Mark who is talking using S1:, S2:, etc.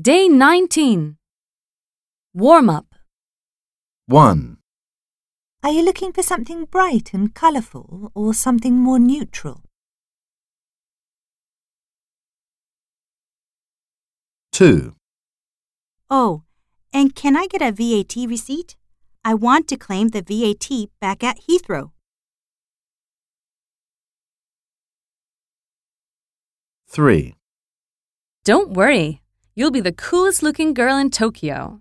S1: Day 19. Warm up.
S2: 1.
S3: Are you looking for something bright and colourful or something more neutral?
S2: 2.
S4: Oh, and can I get a VAT receipt? I want to claim the VAT back at Heathrow.
S2: 3.
S1: Don't worry, you'll be the coolest looking girl in Tokyo.